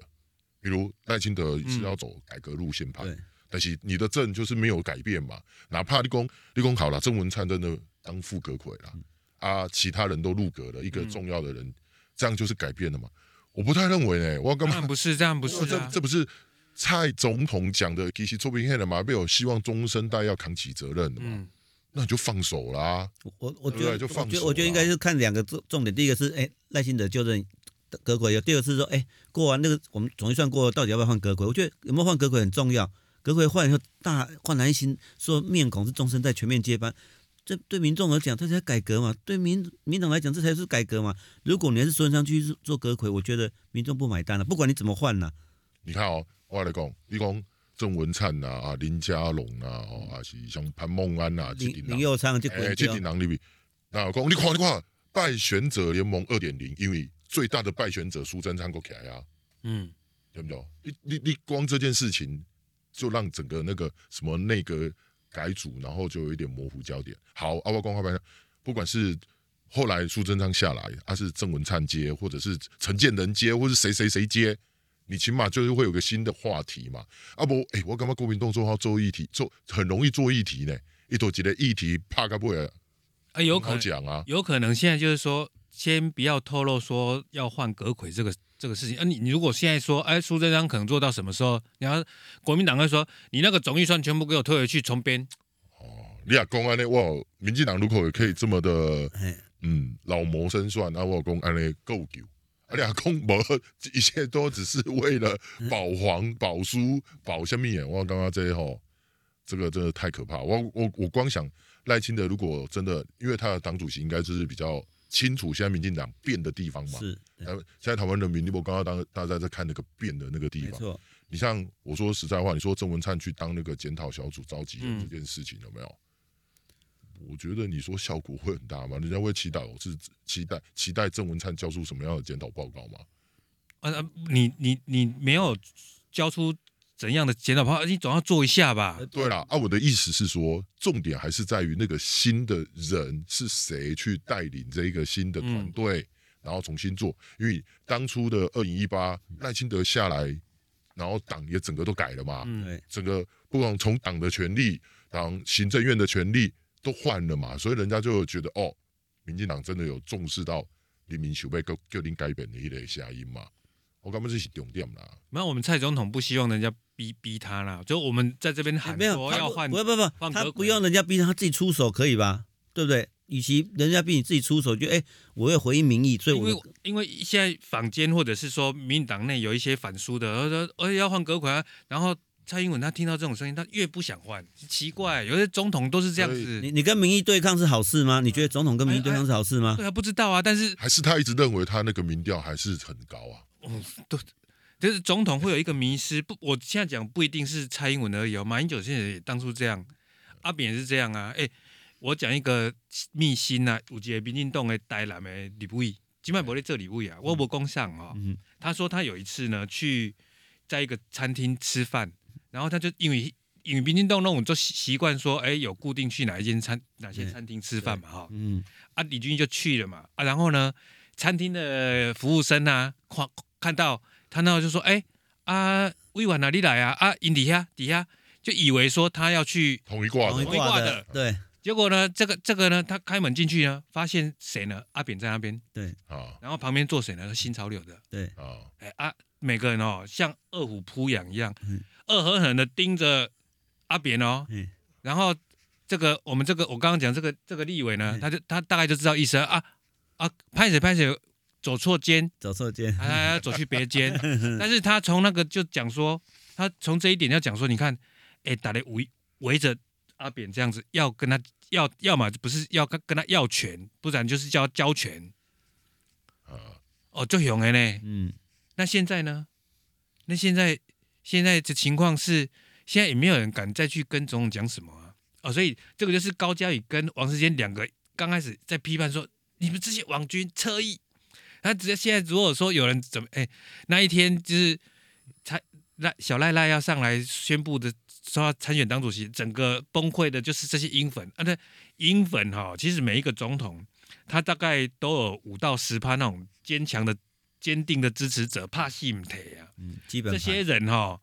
Speaker 3: 比如赖清德是要走改革路线派，
Speaker 2: 对
Speaker 3: 但是你的政就是没有改变嘛，哪怕立功立功好了，郑文灿真的当副阁魁了，啊，其他人都入阁了，一个重要的人，这样就是改变了嘛？我不太认为呢、我要干
Speaker 1: 当
Speaker 3: 嘛
Speaker 1: 然？不是，当然不是
Speaker 3: 这
Speaker 1: 啊！
Speaker 3: 这不是蔡总统讲的，其实做不黑的嘛，被我希望中生代要扛起责任的嘛，
Speaker 1: 嗯，
Speaker 3: 那你就放手啦。
Speaker 2: 我我觉
Speaker 3: 对不对
Speaker 2: 得，
Speaker 3: 就放
Speaker 2: 我觉
Speaker 3: 手啊
Speaker 2: 得我觉得应
Speaker 3: 啦
Speaker 2: 该是看两个重重点，第一个是哎赖清德就任葛魁，有第二个是说哎过完那个我们总预算过了，到底要不要换葛魁？我觉得有没有换葛魁很重要。葛魁换以后大焕然一新，说面孔是终身在全面接班，这对民众而讲，这才改革嘛；对民民党来讲，这才是改革嘛。如果你还是孙上去做做阁魁，我觉得民众不买单了、不管你怎么换呐、
Speaker 3: 你看哦，我来讲，你讲郑文灿呐、啊，林佳龙呐、啊，哦，还是像潘孟安呐、啊，这
Speaker 2: 林
Speaker 3: 顶
Speaker 2: 林
Speaker 3: 人，
Speaker 2: 佑昌就滚
Speaker 3: 哎，这
Speaker 2: 掉
Speaker 3: 顶。人里面，那我讲你看你看，败选者联盟二点零，因为最大的败选者苏贞昌过起来啊，
Speaker 1: 嗯，
Speaker 3: 对不对？你你你光这件事情，就让整个那个什么内阁改组，然后就有一点模糊焦点。好，啊阿瓦光花白，不管是后来苏贞昌下来，他、是郑文灿接，或者是陈建仁接，或是谁谁谁接，你起码就是会有个新的话题嘛。啊不，哎、我感觉国民动作要做议题，做很容易做议题呢。一头几个议题，怕个不会
Speaker 1: 啊，有
Speaker 3: 很
Speaker 1: 可
Speaker 3: 好
Speaker 1: 能，
Speaker 3: 讲啊。
Speaker 1: 有可能现在就是说，先不要透露说要换阁魁这个这个事情。啊，你你如果现在说，哎，苏贞昌可能做到什么时候？然后国民党会说，你那个总预算全部给我退回去重编。
Speaker 3: 你也公安呢，哇，民进党如果也可以这么的
Speaker 2: 哎，
Speaker 3: 嗯，老谋深算，啊，我讲安尼够久，啊，俩讲无，一切都只是为了保皇、保书、保什么眼。我刚刚这吼，这个真的太可怕。我我我光想赖清德，如果真的，因为他的党主席应该就是比较清楚现在民进党变的地方嘛。
Speaker 2: 是，对
Speaker 3: 台湾现在台湾人民，你我刚刚当大家在看那个变的那个地
Speaker 2: 没
Speaker 3: 方，
Speaker 2: 错，
Speaker 3: 你像我说实在话，你说郑文灿去当那个检讨小组召集人这件事情有没有？我觉得你说效果会很大吗？人家会祈祷是期待期待郑文灿交出什么样的检讨报告吗？
Speaker 1: 啊，啊你你你没有交出怎样的检讨报告，你总要做一下吧？
Speaker 2: 呃
Speaker 3: 对啦，啊，我的意思是说，重点还是在于那个新的人是谁去带领这一个新的团队，然后重新做。因为当初的二零一八赖清德下来，然后党也整个都改了嘛，
Speaker 1: 嗯
Speaker 2: 对，
Speaker 3: 整个不管从党的权利、党行政院的权利都换了嘛，所以人家就觉得哦，民进党真的有重视到黎明秀被叫叫您改变的一类声音嘛。我感觉这是重点啦，
Speaker 1: 没有，我们蔡总统不希望人家逼逼他啦，就我们在这边
Speaker 2: 哎
Speaker 1: 喊
Speaker 2: 没有
Speaker 1: 说
Speaker 2: 他
Speaker 1: 要
Speaker 2: 不
Speaker 1: 换
Speaker 2: 不不不，
Speaker 1: 换
Speaker 2: 他
Speaker 1: 阁
Speaker 2: 不
Speaker 1: 魁
Speaker 2: 用人家逼他，他自己出手可以吧？对不对？与其人家逼你自己出手，就哎，我要回应民意，所以
Speaker 1: 因
Speaker 2: 我
Speaker 1: 为
Speaker 2: 的
Speaker 1: 因为现在坊间或者是说民进党内有一些反苏的，而说而且要换阁魁、啊，然后蔡英文他听到这种声音，他越不想换，奇怪，有些总统都是这样
Speaker 3: 所
Speaker 1: 子，
Speaker 2: 你你跟民意对抗是好事吗？你觉得总统跟民意对抗是好事吗？
Speaker 1: 对啊，不知道啊，但是
Speaker 3: 还是他一直认为他那个民调还是很高啊。
Speaker 1: 就是总统会有一个迷失，不，我现在讲不一定是蔡英文而已哦，马英九现在也当初这样，阿扁也是这样啊，哎、我讲一个秘辛啊，有一个民进党的台南的李伟，今麦无咧做李伟啊，我无讲上哦，
Speaker 2: 嗯
Speaker 1: 他说他有一次呢去在一个餐厅吃饭，然后他就因为因为民进党那种就习习惯说，哎、有固定去哪一间餐哪些
Speaker 2: 嗯对
Speaker 1: 餐厅吃饭嘛哈，
Speaker 2: 嗯，
Speaker 1: 啊，李军就去了嘛，啊，然后呢，餐厅的服务生啊，看看到看到就说，哎、啊，委婉哪里来啊？啊，因底下底下就以为说他要去，
Speaker 3: 同一挂
Speaker 2: 同
Speaker 3: 的
Speaker 2: 一
Speaker 3: 嘛，
Speaker 2: 挂
Speaker 1: 同一
Speaker 2: 的
Speaker 1: 挂，
Speaker 2: 对
Speaker 1: 结果呢，这个这个呢，他开门进去呢，发现谁呢？阿扁在那边，
Speaker 3: 啊
Speaker 1: 然后旁边坐谁呢？新潮流的，
Speaker 2: 对，
Speaker 3: 啊，
Speaker 1: 哎、啊，每个人哦，像饿虎扑羊一样
Speaker 2: 嗯，
Speaker 1: 恶狠狠的盯着阿扁哦，
Speaker 2: 嗯，
Speaker 1: 然后这个我们这个我刚刚讲这个这个立委呢
Speaker 2: 嗯，
Speaker 1: 他就他大概就知道意思啊啊，拍谁拍谁走错间，
Speaker 2: 走错间，
Speaker 1: 啊他要走去别间，但是他从那个就讲说，他从这一点要讲说，你看，哎，打的围围着阿扁这样子，要跟他要要么不是要跟跟他要权，不然就是叫他交权，
Speaker 3: 啊，
Speaker 1: 哦，就勇的呢，
Speaker 2: 嗯，
Speaker 1: 那现在呢？那现在现在的情况是，现在也没有人敢再去跟总统讲什么啊。哦，所以这个就是高嘉宇跟王世坚两个刚开始在批判说，你们这些网军侧翼。他直接现在如果说有人怎么哎、那一天就是蔡赖小赖赖要上来宣布的说要参选党主席，整个崩溃的就是这些英粉啊，那英粉哈、其实每一个总统他大概都有五到十趴那种坚强的、坚定的支持者，怕戏唔提啊。
Speaker 2: 嗯基本
Speaker 1: 这
Speaker 2: 盘
Speaker 1: 些人哈，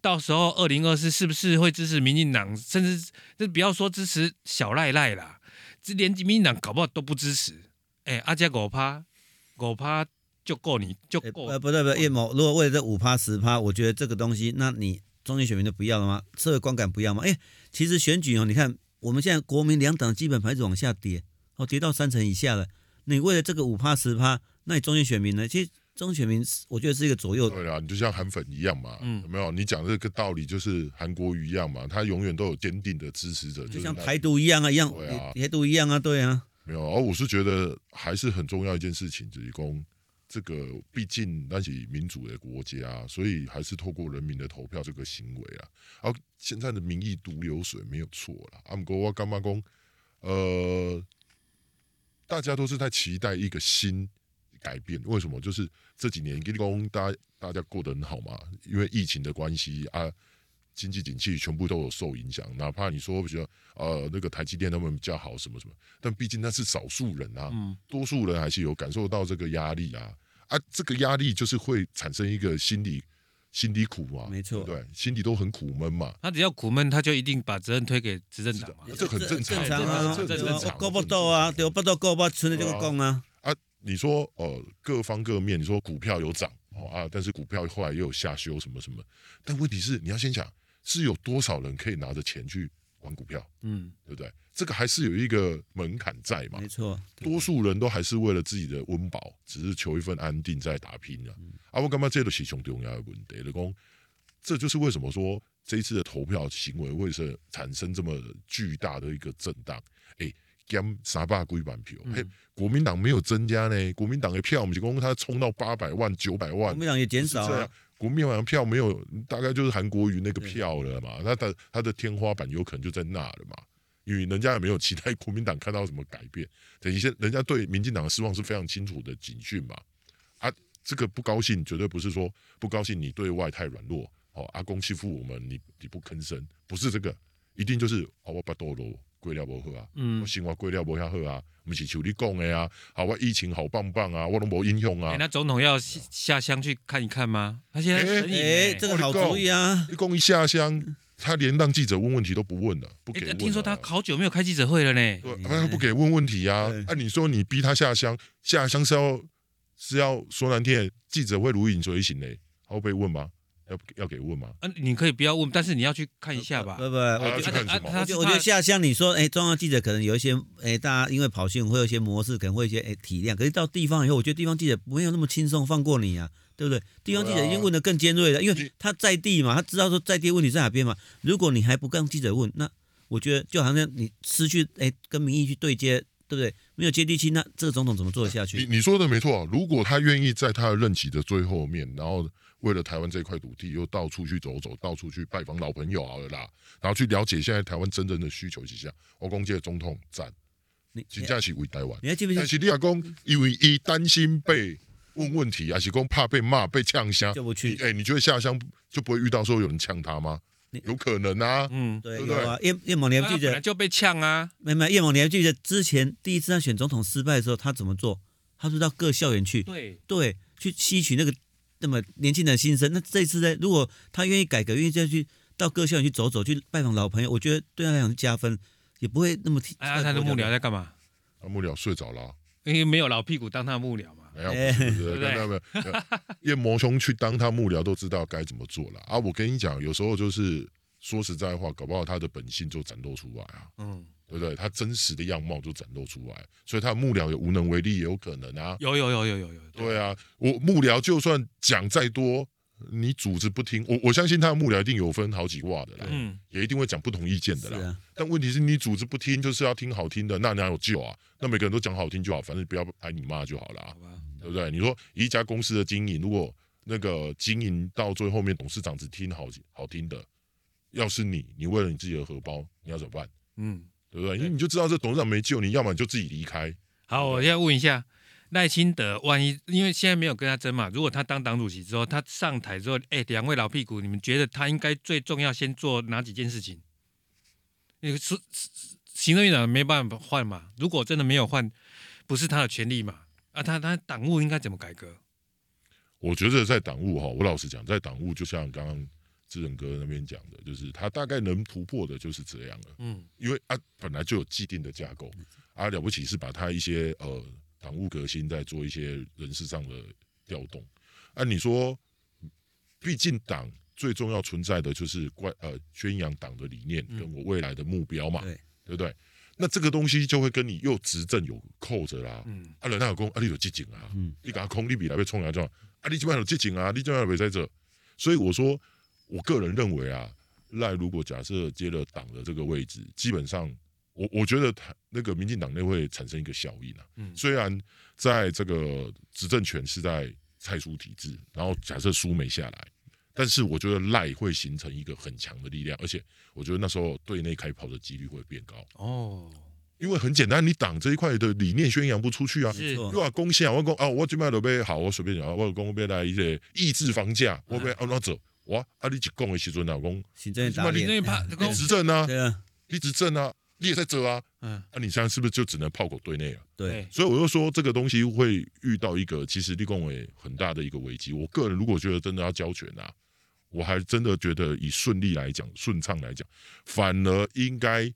Speaker 1: 到时候二零二四是不是会支持民进党？甚至这不要说支持小赖赖啦，这连民进党搞不好都不支持。哎，阿加狗趴，狗趴就够你就
Speaker 2: 哎
Speaker 1: 够
Speaker 2: 呃，不对不对，叶某，如果为了这五趴十趴，我觉得这个东西，那你中间选民都不要了吗？社会观感不要吗？哎，其实选举哦，你看我们现在国民两党的基本盘是往下跌，哦，跌到三成以下了。你为了这个五趴十趴，那你中间选民呢？其实钟选民是我觉得是一个左右，
Speaker 3: 对啊，你就像韩粉一样嘛，
Speaker 1: 嗯
Speaker 3: 有没有？你讲这个道理就是韩国瑜一样嘛，他永远都有坚定的支持者，
Speaker 2: 就是像
Speaker 3: 那
Speaker 2: 台独一样啊，一样
Speaker 3: 对啊
Speaker 2: 台独一样啊，对啊，
Speaker 3: 没有。而我是觉得还是很重要一件事情，就是公这个毕竟那是民主的国家，所以还是透过人民的投票这个行为啊。而现在的民意毒流水没有错啦，阿姆哥我干嘛公？呃，大家都是在期待一个新改变。为什么？就是这几年跟工大家大家过得很好嘛，因为疫情的关系啊，经济景气全部都有受影响。哪怕你说比较呃那个台积电他们比较好什么什么，但毕竟那是少数人啊，
Speaker 1: 嗯
Speaker 3: 多数人还是有感受到这个压力啊啊，这个压力就是会产生一个心理心理苦嘛，
Speaker 2: 没错
Speaker 3: 对不对，心里都很苦闷嘛。
Speaker 1: 他只要苦闷，他就一定把责任推给执政党嘛
Speaker 3: 是。的这很正常
Speaker 2: 正常啊，
Speaker 1: 这很
Speaker 2: 对
Speaker 1: 正
Speaker 2: 啊
Speaker 1: 常
Speaker 2: 我够不到啊，对，我不到够吧，存的就
Speaker 3: 对啊
Speaker 2: 够啊，
Speaker 3: 啊，你说呃，各方各面，你说股票有涨哦啊，但是股票后来也有下修什么什么，但问题是你要先想是有多少人可以拿着钱去玩股票，
Speaker 1: 嗯，
Speaker 3: 对不对？这个还是有一个门槛在嘛
Speaker 2: 没。错，
Speaker 3: 多数人都还是为了自己的温饱，只是求一份安定在打拼啊。啊，我干嘛这都是上重要的问题，就是讲这就是为什么说这一次的投票行为会是产生这么巨大的一个震荡。哎、减三百几万票，嘿、国民党没有增加呢，国民党的票，我们就讲它冲到八百万、九百
Speaker 2: 国
Speaker 3: 万，
Speaker 2: 民党也减
Speaker 3: 是
Speaker 2: 少
Speaker 3: 这
Speaker 2: 啊
Speaker 3: 样，。国民党票没有，大概就是韩国瑜那个票了嘛，他的他的天花板有可能就在那了嘛，因为人家也没有期待国民党看到什么改变，等一些人家对民进党的失望是非常清楚的警讯嘛，啊，这个不高兴绝对不是说不高兴你对外太软弱，哦，阿公欺负我们，你你不吭声，不是这个，一定就是哦，我巴肚咯，过了无好啊，
Speaker 1: 嗯
Speaker 3: 我生活过了无遐好啊，毋是像你讲的啊，啊，我疫情好棒棒啊，我拢无影响啊
Speaker 1: 哎，，那总统要下下乡去看一看吗？他现在
Speaker 3: 哎
Speaker 1: 神隐
Speaker 2: 哎，
Speaker 1: 哎，
Speaker 2: 这个好主意啊，
Speaker 3: 一共一下乡，他连让记者问问题都不问了，不给啊问
Speaker 1: 哎
Speaker 3: 了。
Speaker 1: 听说他好久没有开记者会了呢。
Speaker 3: 对，啊他不给问问题啊
Speaker 2: 对。
Speaker 3: 按、你说你逼他下乡，下乡是要是要说难听，点，记者会如影随形嘞，他会被问吗？要要给问吗？
Speaker 1: 啊，你可以不要问，但是你要去看一下吧。啊
Speaker 2: 不不，我
Speaker 3: 呃要去看什么
Speaker 1: 他
Speaker 2: 我觉得我觉得下乡，你说，哎，中央记者可能有一些，哎，大家因为跑新闻会有一些模式，可能会有一些，哎，体谅。可是到地方以后，我觉得地方记者没有那么轻松放过你啊，对不对？地方记者
Speaker 3: 对啊
Speaker 2: 已经问的更尖锐了，因
Speaker 3: 你
Speaker 2: 为他在地嘛，他知道说在地问题在哪边嘛。如果你还不跟记者问，那我觉得就好像你失去，哎，跟民意去对接，对不对？没有接地气，那这个总统怎么做得下
Speaker 3: 你
Speaker 2: 去？
Speaker 3: 你说的没错，啊如果他愿意在他的任期的最后面，然后为了台湾这块土地又到处去走走，到处去拜访老朋友好了啦，然后去了解现在台湾真正的需求之下，我公介总统赞，
Speaker 2: 你
Speaker 3: 真正是为台湾。
Speaker 2: 你还记不记
Speaker 3: 但
Speaker 2: 得？
Speaker 3: 是你若讲，因为伊担心被问问题，还是讲怕被骂、被呛声，
Speaker 2: 就不去
Speaker 3: 你哎、你觉得下乡就不会遇到说有人呛他吗
Speaker 2: 你？
Speaker 3: 有可能啊，
Speaker 1: 嗯，
Speaker 2: 对，
Speaker 3: 对不
Speaker 2: 有
Speaker 3: 对哎
Speaker 2: 啊，叶叶某，你还
Speaker 1: 啊
Speaker 2: 记
Speaker 1: 本
Speaker 2: 得
Speaker 1: 来？就被呛啊。
Speaker 2: 没有没有，叶某，你还记得之前第一次他选总统失败的时候，他怎么做？他是到各校园去，
Speaker 1: 对，
Speaker 2: 对，去吸取那个那么年轻的新生。那这一次呢，如果他愿意改革，愿意再去到各校园去走走，去拜访老朋友，我觉得对他来讲是加分，也不会那么提。
Speaker 1: 哎，啊他的幕僚在干嘛？
Speaker 3: 啊幕僚睡着了啊、
Speaker 1: 因为没有老屁股当他的幕僚嘛。
Speaker 3: 没有，
Speaker 2: 哎
Speaker 3: 不是不是
Speaker 1: 对
Speaker 3: 看到没有？夜魔兄去当他幕僚都知道该怎么做了啊！我跟你讲，有时候就是说实在话，搞不好他的本性就展露出来啊，
Speaker 1: 嗯，
Speaker 3: 对不对？他真实的样貌就展露出来，所以他的幕僚也无能为力，也有可能啊。
Speaker 1: 有有有有有有。
Speaker 3: 对啊，我幕僚就算讲再多，你组织不听，我我相信他的幕僚一定有分好几挂的啦，
Speaker 1: 嗯，
Speaker 3: 也一定会讲不同意见的
Speaker 2: 是
Speaker 3: 啦。
Speaker 2: 啊，
Speaker 3: 但问题是你组织不听，就是要听好听的，那哪有救啊？那每个人都讲好听就好，反正不要挨你骂就好了啊
Speaker 1: 好，吧。
Speaker 3: 对不对？你说一家公司的经营，如果那个经营到最后面，董事长只听好好听的，要是你，你为了你自己的荷包，你要怎么办？
Speaker 1: 嗯，
Speaker 3: 对不对？因为你就知道这董事长没救，你要么你就自己离开，
Speaker 1: 好，我现在问一下赖清德，万一因为现在没有跟他争嘛，如果他当党主席之后，他上台之后，哎，两位老屁股，你们觉得他应该最重要先做哪几件事情？那个是是是行政院长没办法换嘛，如果真的没有换，不是他的权利嘛。啊，他他党务应该怎么改革？
Speaker 3: 我觉得在党务哈，我老实讲，在党务就像刚刚志仁哥那边讲的，就是他大概能突破的就是这样了，
Speaker 1: 嗯
Speaker 3: 因为啊本来就有既定的架构，啊了不起是把他一些呃党务革新在做一些人事上的调动，按、你说，毕竟党最重要存在的就是关呃宣扬党的理念
Speaker 1: 嗯
Speaker 3: 跟我未来的目标嘛，
Speaker 2: 对
Speaker 3: 对不对？那这个东西就会跟你又执政有扣着啦。
Speaker 1: 嗯，
Speaker 3: 啊，人家有讲啊，你有激情啊，
Speaker 2: 嗯
Speaker 3: 你给他空，你比来被冲来撞，啊，你基本上有激情啊，你基本上没在这。所以我说，我个人认为啊，赖如果假设接了党的这个位置，基本上我我觉得他那个民进党内会产生一个效应啊。
Speaker 1: 嗯
Speaker 3: 虽然在这个执政权是在蔡苏体制，然后假设苏没下来，但是我觉得赖会形成一个很强的力量，而且我觉得那时候对内开跑的几率会变高，
Speaker 1: 哦，
Speaker 3: 因为很简单，你党这一块的理念宣扬不出去啊。
Speaker 1: 是
Speaker 2: 没错
Speaker 3: 又要攻下，我讲啊，我即摆就要好，我随便讲，我讲要来一个抑制房价，我要安怎做？我啊，你一讲的时阵啊，讲
Speaker 2: 行政院打
Speaker 3: 那
Speaker 1: 嗯你
Speaker 2: 脸
Speaker 1: 那，怕
Speaker 3: 你执政啊，
Speaker 2: 对啊，
Speaker 3: 你执政啊，你也在这啊，
Speaker 1: 嗯，
Speaker 3: 啊，你现在是不是就只能炮口对内了？啊
Speaker 2: 对，，
Speaker 3: 所以我就说这个东西会遇到一个其实立共委很大的一个危机。我个人如果觉得真的要交权啊，我还真的觉得以顺利来讲、顺畅来讲，反而应该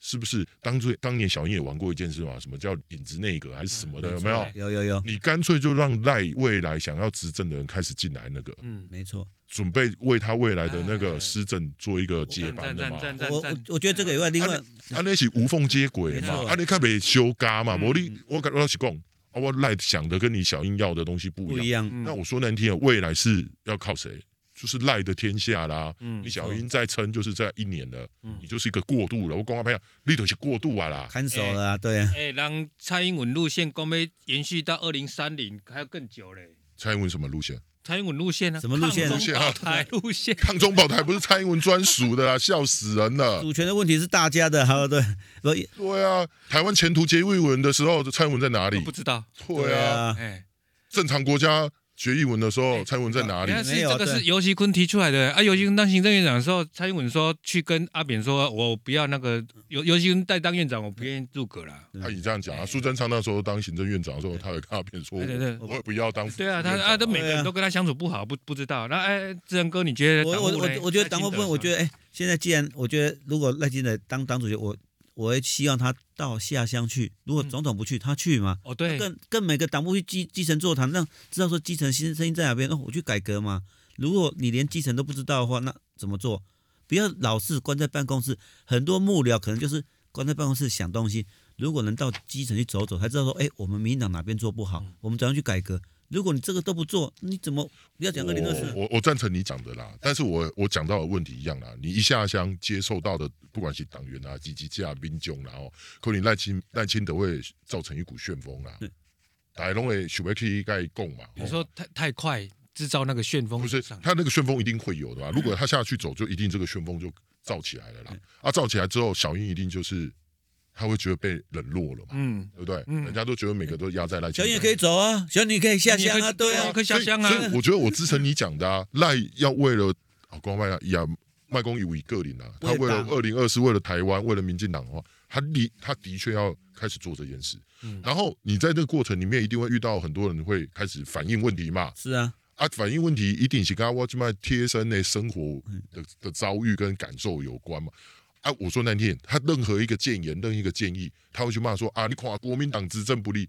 Speaker 3: 是不是当初当年小英也玩过一件事嘛？什么叫影子内阁还是什么的？
Speaker 1: 嗯
Speaker 3: 有没有
Speaker 1: 没？错
Speaker 2: 有有有，
Speaker 3: 你干脆就让赖未来想要执政的人开始进来，那个
Speaker 1: 嗯，
Speaker 2: 没错。
Speaker 3: 准备为他未来的那
Speaker 1: 哎
Speaker 3: 个施政做一个接
Speaker 1: 赞
Speaker 3: 班的
Speaker 1: 赞
Speaker 3: 嘛。
Speaker 1: 赞赞
Speaker 2: 我我
Speaker 1: 赞，
Speaker 2: 我觉得这个以外，另外
Speaker 3: 啊，那是无缝接
Speaker 1: 没
Speaker 3: 轨嘛
Speaker 1: 错，
Speaker 3: 啊，你看没修嘎嘛，
Speaker 1: 嗯
Speaker 3: 无你我跟我老实讲，啊，我赖想的跟你小英要的东西不
Speaker 2: 不
Speaker 3: 一
Speaker 2: 一
Speaker 3: 样。
Speaker 2: 样，
Speaker 1: 嗯
Speaker 3: 那我说难听的，未来是要靠谁？就是赖的天下啦。
Speaker 1: 嗯
Speaker 3: 你小英再撑就是在一年了
Speaker 1: 嗯，
Speaker 3: 你就是一个过渡了。我公开朋友，你就是过渡啊啦。
Speaker 2: 看守了啊，对啊，
Speaker 1: 哎，让蔡英文路线光被延续到二零三零，还要更久嘞。
Speaker 3: 蔡英文什么路线？
Speaker 1: 蔡英文路线呢？啊
Speaker 2: 什么路线
Speaker 1: 抗
Speaker 2: 啊
Speaker 1: 中保
Speaker 3: 路。
Speaker 1: 台路线
Speaker 3: 抗中保台不是蔡英文专属的啦， 笑死人了。
Speaker 2: 主权的问题是大家的，好对，不
Speaker 3: 对啊，台湾前途决议文的时候，蔡英文在哪里
Speaker 1: 我不？知道，
Speaker 3: 对啊，
Speaker 1: 哎，
Speaker 3: 正常国家决议文的时候，蔡英文在哪里
Speaker 1: 原？来是
Speaker 2: 没有
Speaker 1: 这个
Speaker 2: 对
Speaker 1: 是尤其坤提出来的啊。尤其坤当行政院长的时候，蔡英文说去跟阿扁说，我不要那个尤尤其坤代当院长，我不愿意入阁啦。
Speaker 3: 他你这样讲啊，苏贞昌那时候当行政院长的时候，他有跟阿扁说，
Speaker 1: 哎对对对
Speaker 3: 我我也不要当副
Speaker 1: 对啊，他
Speaker 3: 院长
Speaker 1: 啊，都每个
Speaker 2: 哦
Speaker 1: 人都跟他相处不好，不不知道。那哎，志仁哥，你觉得
Speaker 2: 我
Speaker 1: 党
Speaker 2: 我
Speaker 1: 务嘞
Speaker 2: 我我觉得党部部分，我觉得哎，现在既然我觉得如果赖清德当党主席，我我会希望他到下乡去。如果总统不去，他去嘛，
Speaker 1: 哦，嗯对，
Speaker 2: 跟跟每个党部去基基层座谈，让知道说基层心声音在哪边。哦，我去改革嘛。如果你连基层都不知道的话，那怎么做？不要老是关在办公室，很多幕僚可能就是关在办公室想东西。如果能到基层去走走，才知道说，哎，我们民进党哪边做不好，
Speaker 1: 嗯
Speaker 2: 我们怎样去改革。如果你这个都不做，你怎么不要讲二零二四？
Speaker 3: 我我我赞成你讲的啦，但是我我讲到的问题一样啦，你一下乡接受到的，不管是党员啊、以及架民众啦，哦，可能赖清赖清德会造成一股旋风啦
Speaker 2: 对，
Speaker 3: 大家拢会想要去盖供嘛。
Speaker 1: 你
Speaker 3: 哦
Speaker 1: 说太太快制造那个旋风
Speaker 3: 不是
Speaker 1: 上，嗯
Speaker 3: 他那个旋风一定会有的吧？啊如果他下去走，就一定这个旋风就造起来了啦。啊，造起来之后，小英一定就是他会觉得被冷落了嘛，
Speaker 1: 嗯，
Speaker 3: 对不对？
Speaker 1: 嗯
Speaker 3: 人家都觉得每个都压在赖清
Speaker 2: 小
Speaker 3: 德。
Speaker 2: 英也可以走啊，小英你可以下乡
Speaker 1: 你也可
Speaker 2: 啊，
Speaker 1: 以
Speaker 2: 对啊
Speaker 1: 可，以下乡啊
Speaker 3: 所以所以我觉得我支持你讲的啊，赖要为了啊，光麦呀，麦公以为个人啊，他为
Speaker 2: 为了
Speaker 3: 了
Speaker 2: 党
Speaker 3: 二零二四，为了台湾，为了民进党的话，他的他的确要开始做这件事。
Speaker 1: 嗯
Speaker 3: 然后你在这个过程里面，一定会遇到很多人会开始反映问题嘛，
Speaker 2: 是啊，
Speaker 3: 啊，反映问题一定是跟我这麦贴身的生活的的遭遇跟感受有关嘛。啊，我说那天他任何一个建言，任何一个建议，他会去骂说啊，你看啊国民党执政不力，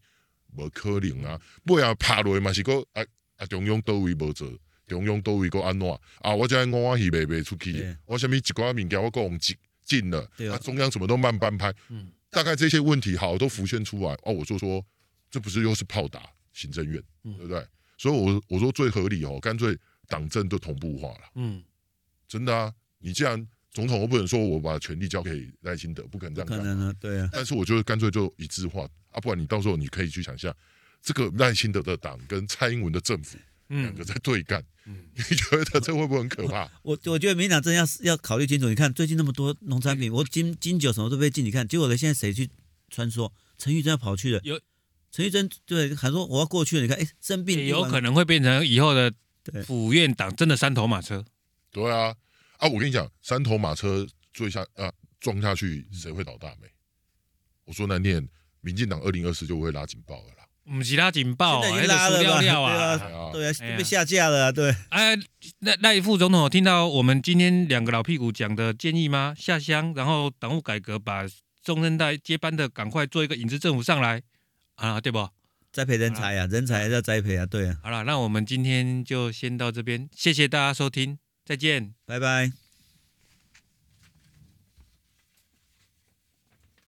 Speaker 3: 无可能啊，不然拍落嘛是个啊啊中央都位无做，中央都位个安怎啊？我这我我是卖袂出去
Speaker 2: 对，
Speaker 3: 我什么一寡物件我讲进进了，
Speaker 2: 对啊
Speaker 3: 啊中央怎么都慢半拍，
Speaker 1: 嗯
Speaker 3: 大概这些问题好都浮现出来哦，我就说这不是又是炮打行政院，
Speaker 1: 嗯
Speaker 3: 对不对？所以我我说最合理哦，干脆党政都同步化了，
Speaker 1: 嗯，
Speaker 3: 真的啊！你既然总统，我不能说我把权力交给赖清德，不可能这
Speaker 2: 不
Speaker 3: 样干
Speaker 2: 可。能啊，对啊，
Speaker 3: 但是我觉得干脆就一致化啊，不然你到时候你可以去想一下，这个赖清德的党跟蔡英文的政府两
Speaker 1: 嗯
Speaker 3: 个在对干，
Speaker 1: 嗯
Speaker 3: 你觉得这会不会很可怕？
Speaker 2: 我我觉得民进党真的要要考虑清楚。你看最近那么多农产品，我金金酒什么都被禁，你看结果呢？现在谁去穿梭？陈玉珍要跑去了，
Speaker 1: 有
Speaker 2: 陈玉珍对喊说我要过去了，你看哎生病
Speaker 1: 也有可
Speaker 2: 能
Speaker 1: 能会变成以后的
Speaker 2: 对
Speaker 1: 府院党真的三头马车，
Speaker 3: 对啊，啊，我跟你讲，三头马车追下啊撞下去，谁会倒大霉？我说难念，民进党二零二四就会拉警报了啦。
Speaker 1: 唔是拉警报啊，
Speaker 2: 现在已
Speaker 1: 还
Speaker 2: 经
Speaker 1: 是
Speaker 2: 拉
Speaker 1: 输
Speaker 2: 了
Speaker 1: 料
Speaker 2: 吧？
Speaker 1: 料
Speaker 3: 对
Speaker 1: 啊。
Speaker 3: 啊，
Speaker 2: 对啊，
Speaker 1: 哎呀
Speaker 2: 被下架了啊，对，
Speaker 1: 哎，赖赖副总统有听到我们今天两个老屁股讲的建议吗？下乡，然后党务改革，把中生代接班的赶快做一个影子政府上来啊，对不？
Speaker 2: 栽培人才啊，人才还是要栽培啊，对啊，
Speaker 1: 好了，那我们今天就先到这边，谢谢大家收听，再见。
Speaker 2: 拜拜。